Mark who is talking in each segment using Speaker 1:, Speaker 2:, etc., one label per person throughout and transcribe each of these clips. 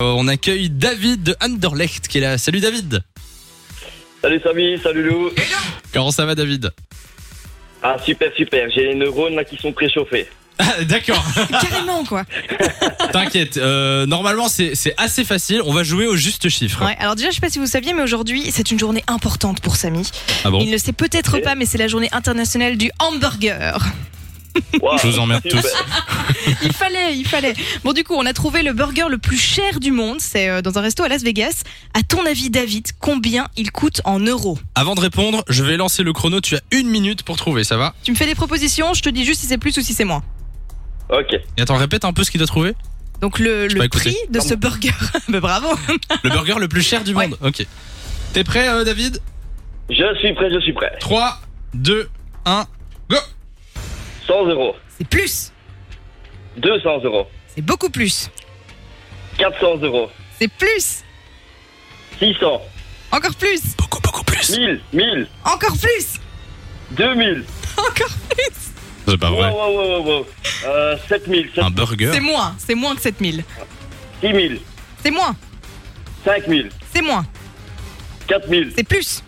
Speaker 1: Euh, On accueille David de Anderlecht qui est là. Salut David.
Speaker 2: Salut Samy, salut Lou.
Speaker 1: Comment ça va David
Speaker 2: Ah super super, j'ai les neurones là qui sont préchauffés.
Speaker 1: Ah, D'accord,
Speaker 3: Carrément, quoi.
Speaker 1: t'inquiète. Euh, normalement c'est c'est assez facile. On va jouer au juste chiffre.
Speaker 3: Ouais, alors déjà, je sais pas si vous saviez, mais aujourd'hui, c'est une journée importante pour Samy.
Speaker 1: Ah bon
Speaker 3: Il ne le sait peut-être pas, mais c'est la journée internationale du hamburger.
Speaker 2: Waouh,
Speaker 1: Je vous emmerde
Speaker 2: super.
Speaker 3: Il fallait, il fallait. Bon, du coup, on a trouvé le burger le plus cher du monde. C'est euh, dans un resto à Las Vegas. À ton avis, David, combien il coûte en euros
Speaker 1: Avant de répondre, je vais lancer le chrono. Tu as une minute pour trouver, ça va
Speaker 3: Tu me fais des propositions, je te dis juste si c'est plus ou si c'est moins.
Speaker 2: Ok,
Speaker 1: Et attends, répète un peu ce qu'il doit trouver.
Speaker 3: Donc, le,
Speaker 1: J'ai
Speaker 3: le
Speaker 1: pas écouté.
Speaker 3: prix de ce burger. bah, bravo.
Speaker 1: Le burger le plus cher du
Speaker 3: Ouais.
Speaker 1: monde. Ok. T'es prêt euh, David
Speaker 2: je suis prêt, je suis prêt.
Speaker 1: 3, 2, 1, go
Speaker 2: 100 euros,
Speaker 3: C'est plus.
Speaker 2: 200 euros,
Speaker 3: C'est beaucoup plus.
Speaker 2: 400 euros,
Speaker 3: C'est plus.
Speaker 2: 600,
Speaker 3: Encore plus.
Speaker 1: Beaucoup, beaucoup plus.
Speaker 2: 1000, 1000,
Speaker 3: Encore plus.
Speaker 2: 2000.
Speaker 3: Encore plus.
Speaker 1: C'est pas vrai.
Speaker 2: Wow, wow, wow, wow, wow. Euh, 7000,
Speaker 1: Un
Speaker 2: 7000,
Speaker 3: C'est
Speaker 1: burger
Speaker 3: moins. C'est moins que 7000.
Speaker 1: Ah.
Speaker 2: 6000,
Speaker 3: C'est moins.
Speaker 2: 5000,
Speaker 3: C'est moins.
Speaker 2: 4000,
Speaker 3: C'est plus.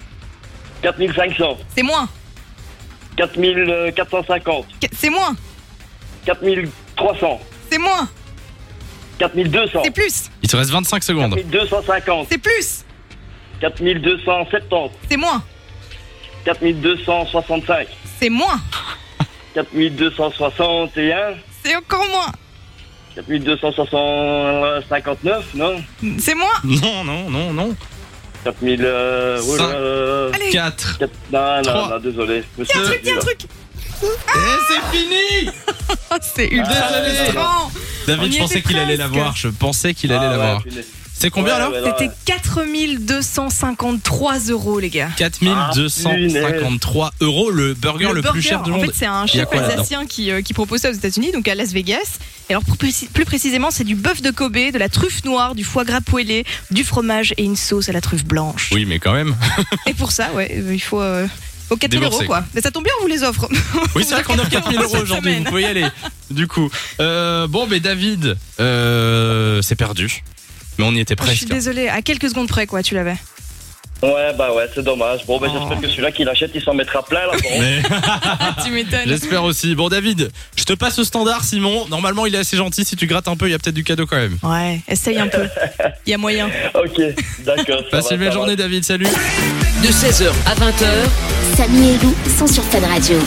Speaker 2: 4500,
Speaker 3: C'est moins.
Speaker 2: euh, 4450,
Speaker 3: Qu- C'est moins.
Speaker 2: 4300,
Speaker 3: C'est moins.
Speaker 2: 4200,
Speaker 3: C'est plus.
Speaker 1: Il te reste 25 secondes.
Speaker 2: 4250,
Speaker 3: C'est plus.
Speaker 2: 4270,
Speaker 3: C'est moins.
Speaker 2: 4265,
Speaker 3: C'est moins.
Speaker 2: 4261.
Speaker 3: C'est encore moins.
Speaker 2: 4259, non
Speaker 3: C'est moins.
Speaker 1: Non, non, non, non.
Speaker 2: 4000. Euh, oh là,
Speaker 1: Cinq.
Speaker 2: euh,
Speaker 3: Allez.
Speaker 1: 4.
Speaker 2: quatre- non, non,
Speaker 1: Trois.
Speaker 2: non, désolé. je me suis
Speaker 3: Il y a un truc, il y a un
Speaker 2: perdu,
Speaker 3: truc. Ah
Speaker 1: Et Eh, c'est fini
Speaker 3: Oh, c'est ultra
Speaker 1: Ah, désolé.
Speaker 3: frustrant. On
Speaker 1: David,
Speaker 3: y
Speaker 1: je pensais
Speaker 3: était
Speaker 1: qu'il allait la
Speaker 3: presque.
Speaker 1: voir. Je pensais qu'il
Speaker 2: là.
Speaker 1: allait
Speaker 2: Ah,
Speaker 1: la
Speaker 2: ouais,
Speaker 1: voir.
Speaker 2: punaise.
Speaker 1: C'est combien
Speaker 2: Ouais,
Speaker 1: là
Speaker 2: ouais, non,
Speaker 3: C'était
Speaker 2: ouais.
Speaker 3: 4253 euros, les gars.
Speaker 1: 4253 euros, le burger le, plus
Speaker 3: burger,
Speaker 1: cher du
Speaker 3: en
Speaker 1: monde.
Speaker 3: fait, c'est un
Speaker 1: Il y a
Speaker 3: chef
Speaker 1: quoi là-dedans
Speaker 3: alsacien qui, euh, qui propose ça aux États-Unis, donc à Las Vegas. Et alors, plus précis- plus précisément, c'est du bœuf de Kobe, de la truffe noire, du foie gras poêlé, du fromage et une sauce à la truffe blanche.
Speaker 1: Oui, mais quand même.
Speaker 3: Et pour ça, ouais, euh, il faut. Euh... Au 4000
Speaker 1: Débourser,
Speaker 3: euros quoi. Mais ça tombe bien, on vous les offre.
Speaker 1: Oui, c'est vrai qu'on a 4000 euros aujourd'hui, vous pouvez y aller. Du coup, Euh, bon, mais David, euh, c'est perdu. Mais on y était
Speaker 3: Je suis
Speaker 1: presque. hein.
Speaker 3: désolée, à quelques secondes près quoi, tu l'avais.
Speaker 2: Ouais, bah ouais, c'est dommage. Bon, bah
Speaker 3: Oh.
Speaker 2: j'espère que celui-là qui l'achète, il s'en mettra plein là. pour-
Speaker 1: Mais
Speaker 3: Ah, tu m'étonnes.
Speaker 1: j'espère aussi. Bon, David, je te passe au standard, Simon. Normalement, il est assez gentil. Si tu grattes un peu, il y a peut-être du cadeau quand même.
Speaker 3: Ouais, essaye un peu. Il y a moyen.
Speaker 2: ok, d'accord. Ah ça
Speaker 1: Passe
Speaker 2: va,
Speaker 1: une belle
Speaker 2: ça va.
Speaker 1: journée, David. Salut.
Speaker 4: de 16h à 20h
Speaker 5: Samy et Lou sont sur Fun Radio.